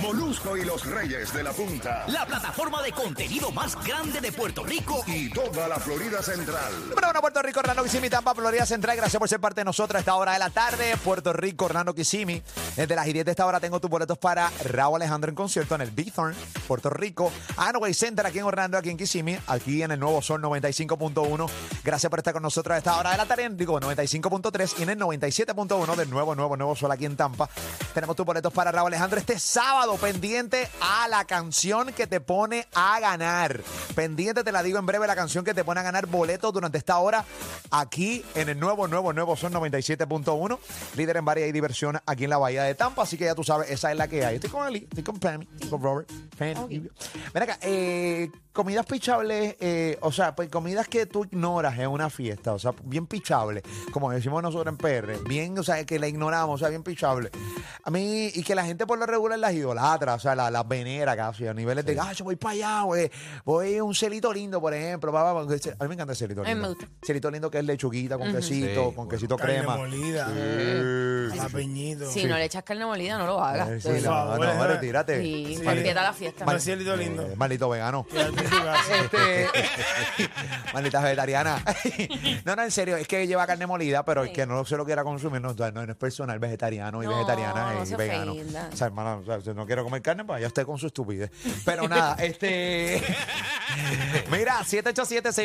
Molusco y los Reyes de la Punta. La plataforma de contenido más grande de Puerto Rico. Y toda la Florida Central. Bueno, bueno, Puerto Rico, Hernando Kissimmee, Tampa, Florida Central. Gracias por ser parte de nosotros a esta hora de la tarde. Puerto Rico, Hernando Kissimmee. Desde las 10 de esta hora tengo tus boletos para Raúl Alejandro en concierto en el Bithorn, Puerto Rico. Anway Center aquí en Orlando, aquí en Kissimmee. Aquí en el Nuevo Sol 95.1. Gracias por estar con nosotros a esta hora de la tarde. Digo, 95.3 y en el 97.1 del Nuevo, Nuevo, Nuevo Sol aquí en Tampa. Tenemos tus boletos para Raúl Alejandro este sábado. Pendiente a la canción que te pone a ganar. Pendiente, te la digo en breve, la canción que te pone a ganar boletos durante esta hora aquí en el nuevo, nuevo, nuevo Son 97.1. Líder en variedad y diversión aquí en la Bahía de Tampa. Así que ya tú sabes, esa es la que hay. Estoy con Ali, estoy con Pammy, estoy con Robert. Penny. Ven acá, eh, comidas pichables, eh, o sea, pues comidas que tú ignoras en una fiesta, o sea, bien pichables, como decimos nosotros en PR, bien, o sea, que la ignoramos, o sea, bien pichable. A mí, y que la gente por lo regular las idolatra, o sea, la- las venera casi, a niveles de, ah, yo voy para allá, güey, voy a un celito lindo, por ejemplo, va, va, porque ce- a mí me encanta el celito mí me lindo. gusta. Celito lindo que es lechuguita con quesito, con quesito Carne crema. molida. Sí. Jalapeñito. Si no le echas carne molida, no lo hagas. Eh, sí, De Por no, verdad. favor, no, eh. retírate. Sí, Sí. empieza la fiesta. pues. Mal cielito lindo. Eh, maldito vegano. Quedarte en tu casa. Este, maldita vegetariana. no, no, en serio, es que lleva carne molida, pero es que no se lo quiera consumir, no, no, no es personal, vegetariano y No, vegetariana no y se vegano. ofenda. O sea, hermana, o sea, si no quiero comer carne, pues ya estoy con su estupidez. Pero nada, este. Mira,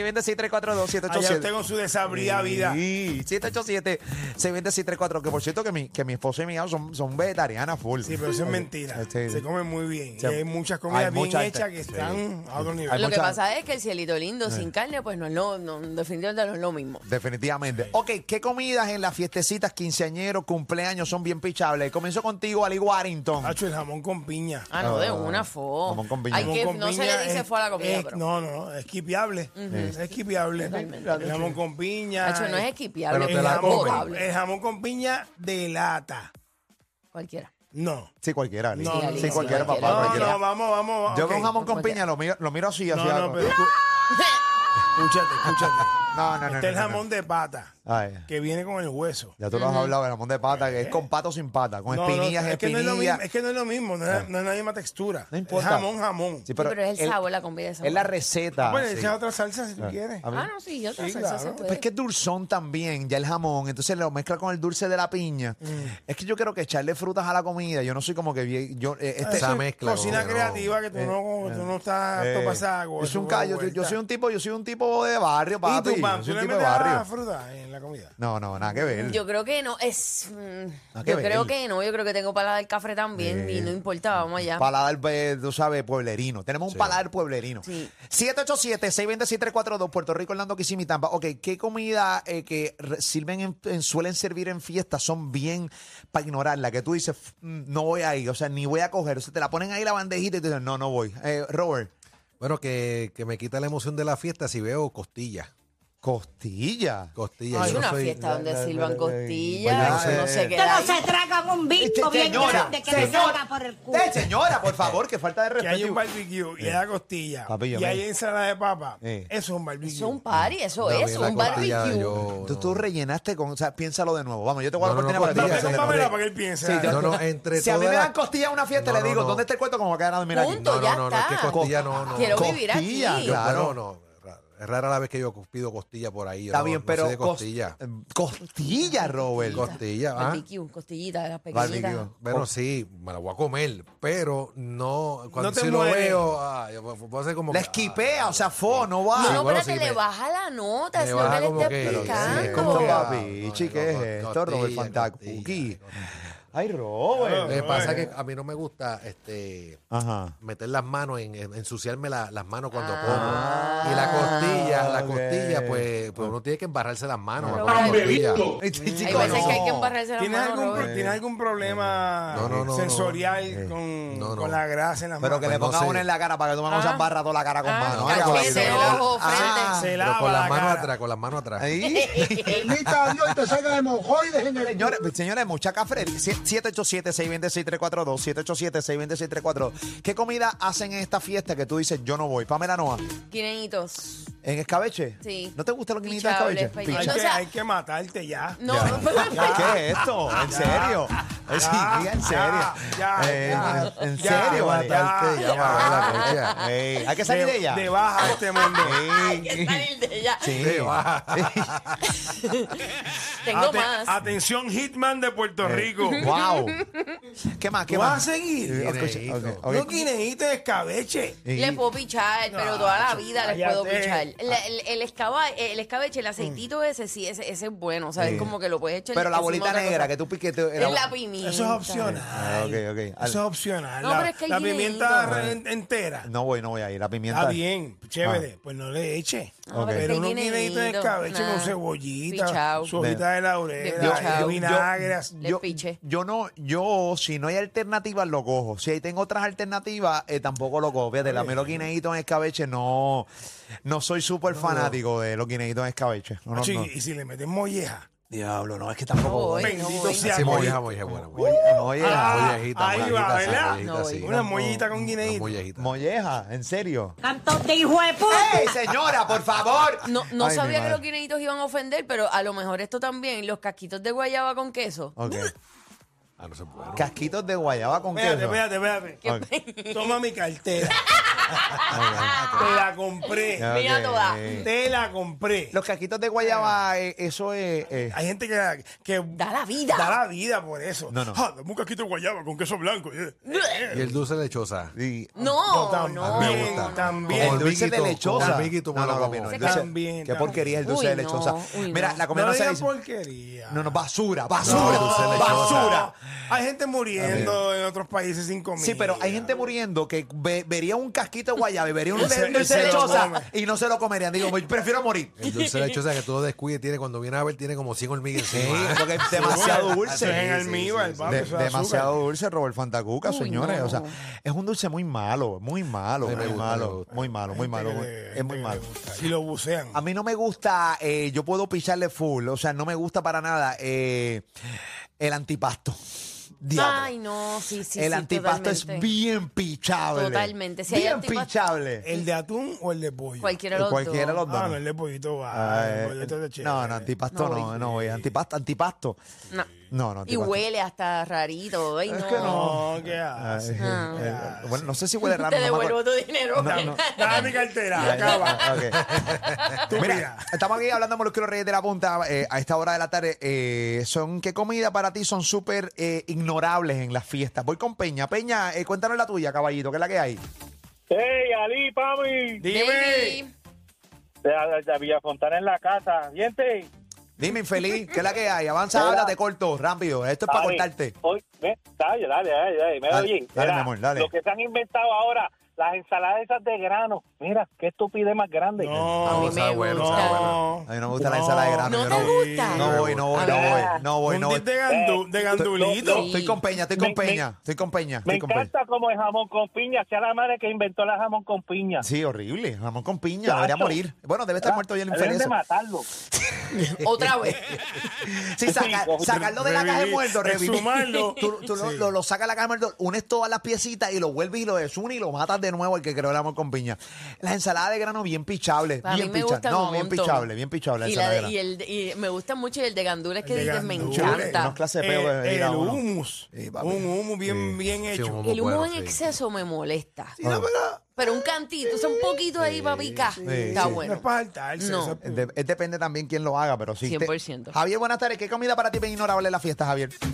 787-620-6342, Allá usted con su desabrida vida. Sí, 787-620-6342, que por cierto que mi, que mi esposa y mi hija son, son vegetarianas full. Sí, pero eso es Oye, mentira. este, Se come muy bien. Sí. Y hay muchas Hay comidas bien mucha gente. hechas que están a otro nivel. Hay Lo mucha- que pasa es que el cielito lindo Eh. sin carne, pues no es lo, no, definitivamente no es lo mismo. Definitivamente. Ok, ¿qué comidas en las fiestecitas, quinceañeros, cumpleaños son bien pichables? Comienzo contigo, Ali Warrington. Hacho, el jamón con piña. Ah, no, de Ah, una fo. jamón con piña. Ay, Jamón que con no se piña le dice es- fue a la comida, es- pero. No, no, no, es quipiable. Es quipiable. El jamón con piña. Hacho, no es Pero equipiable, te el, es la jamón comes. con, inmutable. el jamón con piña de lata. Cualquiera. No. Sí, cualquiera, Ali. No, sí, no, no, cualquiera, sí, papá, cualquiera. No, cualquiera. no, vamos, vamos. Yo ok. veo un jamón con Cualquiera. piña, lo miro, lo miro así, así. No, hago. no, pero escu- escúchate, escúchate. no, no, no, Está Este el no, no, no. jamón de pata, Ay, que viene con el hueso. ya tú lo has hablado, el jamón de pata, que es con pato sin pata, con No, no, espinillas, es, que no es, lo espinillas. Ah. mismo, es que no es lo mismo, no es, no es la misma textura. No importa. Es jamón, jamón. Ah, Sí, Pero, es el, él- sabor, la comida de sabor. Es la receta. Bueno, sí. echas pues, otra salsa si tú Ah. quieres. A mí- Ah, no, sí, yo Sí, sí, claro. claro. Pues es que es dulzón también, ya el jamón, entonces lo mezcla con el dulce de la piña. Mm. Es que yo creo que echarle frutas a la comida, yo no soy como que bien, yo eh, este, Eso es mezcla, Cocina como que no. creativa que tú, no, tú no estás Eh, apto para esa agua, es un esa callo, yo, yo vuelta. soy un tipo, yo soy un tipo de barrio, ¿Y papi. tú, Pam, yo tú soy un le tipo de metes la barrio. fruta en la comida? No, no, nada que ver. Yo creo que no, es. mm, Ah, qué yo bello. creo Eh, que no, yo creo que tengo palabra del café también y no importa, vamos allá. Paladar, eh, tú sabes, pueblerino. Tenemos un paladar pueblerino. Sí. 787-620-6342, Puerto Rico, Orlando, Kissimmee, Tampa. Ok, ¿qué comida eh, que re- sirven en, en- suelen servir en fiestas son bien para ignorarla? Que tú dices, "F- mm, no voy ahí, o sea, ni voy a coger. O sea, te la ponen ahí la bandejita y te dicen, no, no voy. Eh, Robert, Bueno, que, que me quita la emoción de la fiesta si veo costillas. costilla. Costillas. Hay yo no una soy- fiesta donde silban Vaya, pues costillas, eh, no sé qué. Esto era no ahí. se traga con un Este bicho bien grande que me salga por el culo. Eh, señora, por favor, que falta de Que hay respeto. un barbecue y hay costilla Eh. Papi, yo y me- hay ensalada de papa. Eh. Eso es un barbecue. Eso es un party, eso Yo vi es, la un costilla, barbecue. yo Tú, no- tú rellenaste con, o sea, piénsalo de nuevo. Vamos, yo te voy a dar No, no, la no, oportunidad costilla, para que se tú me- Pámela rellenes. para que él piense. Sí, yo- No, no, entre si a mí me todas dan las- costilla en una fiesta, No, le no, digo, no. ¿dónde está el cuarto? Como va a quedar a mirar aquí. Punto, No, ya no, no, no, es está. que costilla no, no. Quiero vivir Costilla, aquí. Yo, Claro. bueno, no, ra- es rara la vez que yo pido costilla por ahí. yo Está no- bien, no pero soy de cos- costilla. eh, costilla, Robert. Costilla, ¿ah? Barbecue, costillitas de las Barbecue. pequeñitas. Bueno, sí, me la voy a comer, pero no, cuando No te si lo mueres. veo, ah, yo puedo hacer como La que, ah, esquipea, o sea, fo, no va. No, Sí, no, bueno, espérate, sí, le me- baja la nota, me es lo baja que le como está que- Pero, sí, ¿qué es es explicando. esto, como que- papi? ¿Qué es no, esto, Robert costilla, Fantac? costilla, Eh, Uki. costilla. Ay, Robert. Lo que pasa es que a mí no me gusta este Ajá. meter las manos en, en- ensuciarme la- las manos cuando como. Y la costilla, la Ah, ok. costilla, pues, pues uno tiene que embarrarse las manos. Pero para comer bueno. costilla. Hay veces que hay que embarrarse las ¿Tienes manos, algún, pro- Robert. ¿Tienes algún problema No, no, no, sensorial no. Con, No, no. con la grasa en las Pero que manos? le Pues no ponga sé. una en la cara para que tú no se embarra toda la cara con Ah, mano. cachete, Algo así. ojo, Ah, frente. Se Pero lava con la las manos cara. atrás, con las manos atrás. Ahí. Permita a Dios y te salga de mojoides en el Señores, señores, mucha cafre. 787-626-342. 787-626-342. ¿Qué comida hacen en esta fiesta que tú dices yo no voy? Pamela Noa, Quinenitos. ¿en escabeche? Sí. ¿No te gusta lo que de Pichables, escabeche? pay- hay, O que, sea- hay que matarte ya. No, pues, Ya, ¿Qué es esto? ¿En serio? sí, en serio. ya, Eh, ya, en ya, serio, ya, vale. Matarte, ya, Manuela, costilla. Ey, hay que salir de, de, ella. de baja a este mundo. Ey. que salir de ella. Sí. Sí, va. Tengo Aten- más. Atención, Hitman de Puerto Rico. Wow. ¿Qué más? ¿Qué ¿Tú vas más? a seguir? Ok, ok, ok. No guineíto de escabeche. Les puedo pichar, pero toda la vida les cállate. puedo pichar. La- el, el escaba- el escabeche, el aceitito ese, sí, ese, ese es bueno, ¿sabes? Como que lo puedes echar. Pero la encima bolita otra negra cosa. que tú piquete. Es la pimienta. Eso es opcional. Ah, ok, ok. Eso es opcional. No, la pero es que hay la guineíto. pimienta en- entera. No voy, no voy a ir. La pimienta. Está bien, chévere. Pues no le eche. No, pero es que Pero unos guineitos de guineíto, escabeche nah. con cebollita, Ah. Pichao. su hojita de laurel, Bien pichao. eh, vinagre. así. Le piche. Yo no, yo, si no hay alternativas, lo cojo. Si ahí tengo otras alternativas, eh, tampoco lo cojo. Fíjate, la melo guineíto en escabeche, no. No soy súper fanático de los guineitos en escabeche. No, no, Sí, no. Y si le meten molleja. Diablo, no, es que tampoco. No voy, no Bendito voy. sea Sí, Dios. molleja, molleja, buena, Oye, molleja. oye, Ah, oye, Mollejita, ahí mollejita, va, sí, ¿verdad? mollejita, sí. Una mollita con Una guineíto. mollejita. molleja, en serio. Cantos de hijo de puta. ¡Ey, señora, por favor! No, no Ay, mi sabía que madre. los guineitos iban a ofender, pero a lo mejor esto también, los casquitos de guayaba con queso. Ok. Ah, no se puede. Casquitos de guayaba con Espérate, queso. espérate, espérate. Toma mi cartera. Te la compré. Ok. Mira toda. Eh. Te la compré. Los casquitos de guayaba, eh, eso es. eh, Hay gente que, que Da la vida. da la vida por eso. No, no. Ah, dame un casquito de guayaba con queso blanco. eh. Y el dulce lechosa. y- No, no, tam- también, no, no. también. El Con dulce de hormiguito, lechosa. con hormiguito, no, no, mano, papi, no, como- el dulce- También, Qué también. porquería es el dulce Uy, de no, lechosa. uy, Mira, no. la comida No no se digan dice. porquería. No, no, basura, basura, No, dulce de lechosa. basura. Hay gente muriendo en otros países sin comida. Sí, pero hay gente muriendo que ve- vería un casquito de guayaba y vería un Y se- dulce y de se lo lechosa come. y no se lo comerían. Digo, "Pues, prefiero morir. El dulce lechosa que todo descuide tiene, cuando viene a ver, tiene como 100 hormigas Sí, encima. porque es Ah, Bueno, demasiado eso dulce. Es en almíbar, papi, De- eso es demasiado azúcar. dulce, Robert Fantacuca, señores. no. O sea, es un dulce muy malo, muy malo, Ay, me muy, gusta, me malo gusta. muy malo, muy malo, muy- Gente que- Es muy gente que malo. le gusta. Si lo bucean. A mí no me gusta, eh, yo puedo picharle full, o sea, no me gusta para nada eh, el antipasto. Diablo. Ay, no, sí, sí. el sí, antipasto es totalmente. bien pichable. Totalmente. Si hay bien antipasto- pichable. ¿El de atún o el de pollo? Cualquiera de los Cualquiera de dos. los dos. Ah, no, el de pollito va. Ah, el eh, pollito de chévere. no, no, antipasto No no, voy. no voy. Antipasto, antipasto. No. No, no, Y antipasto. huele hasta rarito. Ay, no. que no. No, ¿qué Ay, haces? Ah, eh, bueno, no sé si huele raro. Te no me devuelvo acuerdo. tu dinero. No, no. Dame mi cartera, Ya, ya, acaba. ok. Mira, estamos aquí hablando de Molusco y los Reyes de la Punta eh, a esta hora de la tarde. eh, son ¿Qué comida para ti son súper eh, ignorables en las fiestas? Voy con Peña. Peña, eh, cuéntanos la tuya, caballito, que es la que hay. ¡Ey, Ali, Pami! Dime. Baby. De, de Villafontana en la casa. ¿Siente? Dime, infeliz, ¿qué es la que hay? Avanza, habla, te corto, rápido. Esto es para cortarte. Hoy, ve, dale, dale, dale, dale. Me Dale, oye. dale, Mira, mi amor, dale. Lo que se han inventado ahora, las ensaladas esas de grano. Mira, qué estupidez más grande. Ah, A mí No, Pues no, sabe me bueno, gusta. sabe bueno. A mí no me gusta la ensalada de grano. ¿No yo te voy. No gusta? voy, no voy, no voy, Ah. no voy, Un no dip voy. de, gandu- de gandulito. no, Estoy con Peña, estoy Me- con me- Peña, estoy con Peña, Me estoy con Peña. encanta como el jamón con piña. Sea la madre que inventó la jamón con piña. Sí, horrible. Ramón con piña, debería Chacho. morir. Bueno, debe estar muerto ya el Deben infeliz. de matarlo. Otra vez. Sí, saca- Sí, sacarlo de la caja de revivir, muerto, revivir. exhumarlo. Tú, tú lo, lo- lo sacas de la caja de muerto, unes todas las piecitas y lo vuelves y lo desunes y lo matas de nuevo el que creó el amor con piña. Las ensaladas de grano bien pichables, A mí bien me pichables. gusta No, bien pichables, bien pichables. la Y, la ensalada de de, y, grano. el, de- y me gusta mucho y el de gandules que de dices, me gandules. encanta. Unos clase de peo que Eh, diga el uno. humus. Sí, papi. Un humus bien, bien sí, hecho. un humo. El humo Bueno, en sí. exceso me molesta. No, pero- Pero un cantito, o sea, un poquito ahí para picar. Está sí. No es bueno. para saltarse. No. eso es- de- eh, depende también quién lo haga, pero sí. te- 100%. Javier, buenas tardes. ¿Qué comida para ti es ignorable en la fiesta, Javier? Ah.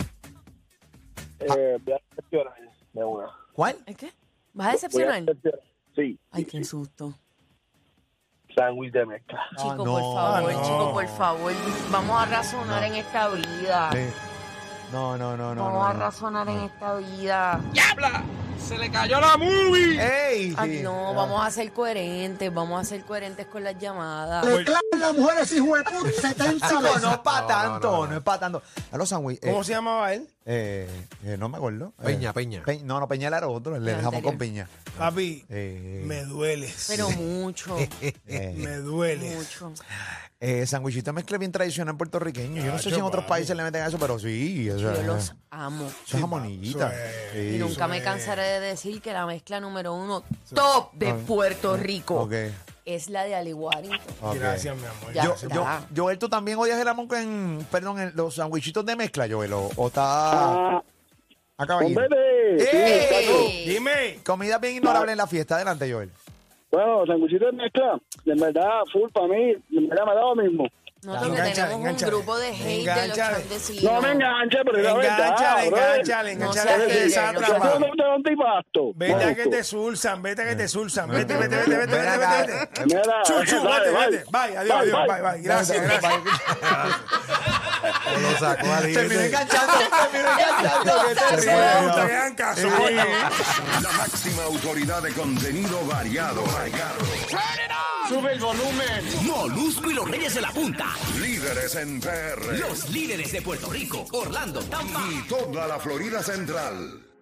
Eh, voy a decepcionar de una. ¿Cuál? ¿Es qué? ¿Vas a Voy a decepcionar? decepcionar. Sí, Ay, qué susto. sándwich de mezcla. Chico, Ah, no. por favor, Ah, no. chico, por favor. Vamos a razonar en esta vida. Sí. No, no, no, No, no. va a no, no. razonar en esta vida. ¡Ey! Ay, no, vamos a ser coherentes, vamos a ser coherentes con las llamadas. Le clavan las mujeres hijo de puta 70 No, veces. no es para No, no, tanto, no, no, no. es para tanto. A los sándwiches. eh, ¿Cómo se llamaba él? eh, eh, no me acuerdo. Eh, Peña, Peña. Pe- no, no, Peña era otro, le El dejamos anterior. con Peña. Papi, Eh. me dueles. Pero mucho, me dueles. mucho. Eh, sandwichito mezcla bien tradicional puertorriqueño. Yo no sé si en otros países le meten a eso, pero sí. O sea, Yo los amo. Son jamonillitas. Y Sí. nunca me cansaré de decir que la mezcla número uno top de Puerto Rico Ok, es la de Ali Warrington. ok. Gracias, mi amor. Ya, Yo, ya. yo, Joel, ¿tú también odias el jamón en, perdón, en los sandwichitos de mezcla, Joel? ¿O, o está a caballito? ¡Eh! ¡Ey! Dime. Comida bien ignorable en la fiesta. Adelante, Joel. Bueno, sanguchito de mezcla, en verdad, full para mí, en verdad me da lo mismo. Nosotros que Engánchale, tenemos un engánchale. grupo de hate de los Engánchale. clandestinos. No me enganche, pero es la verdad, Enganchale, bro. enganchale, No enganchale. seas que líder, esa no Yo seas atrapa. no te dónde y basto. Vete a que Basto. te sulsan, vete a que te sulsan. Eh. Vete, vete, vete, vete, Ven vete, acá. vete. vete. Mira, Chuchu, dale, vete, vete. Bye, adiós, adiós, bye, bye. Gracias, gracias. Lo sacó a Terminó libre. enganchando, terminó enganchando. ¿qué tal? Se me gusta que hagan caso. muy bien. La máxima autoridad de contenido variado. variado. Molusco y los Reyes de la Punta. Líderes en PR. Los líderes de Puerto Rico, Orlando, Tampa. Y toda la Florida Central.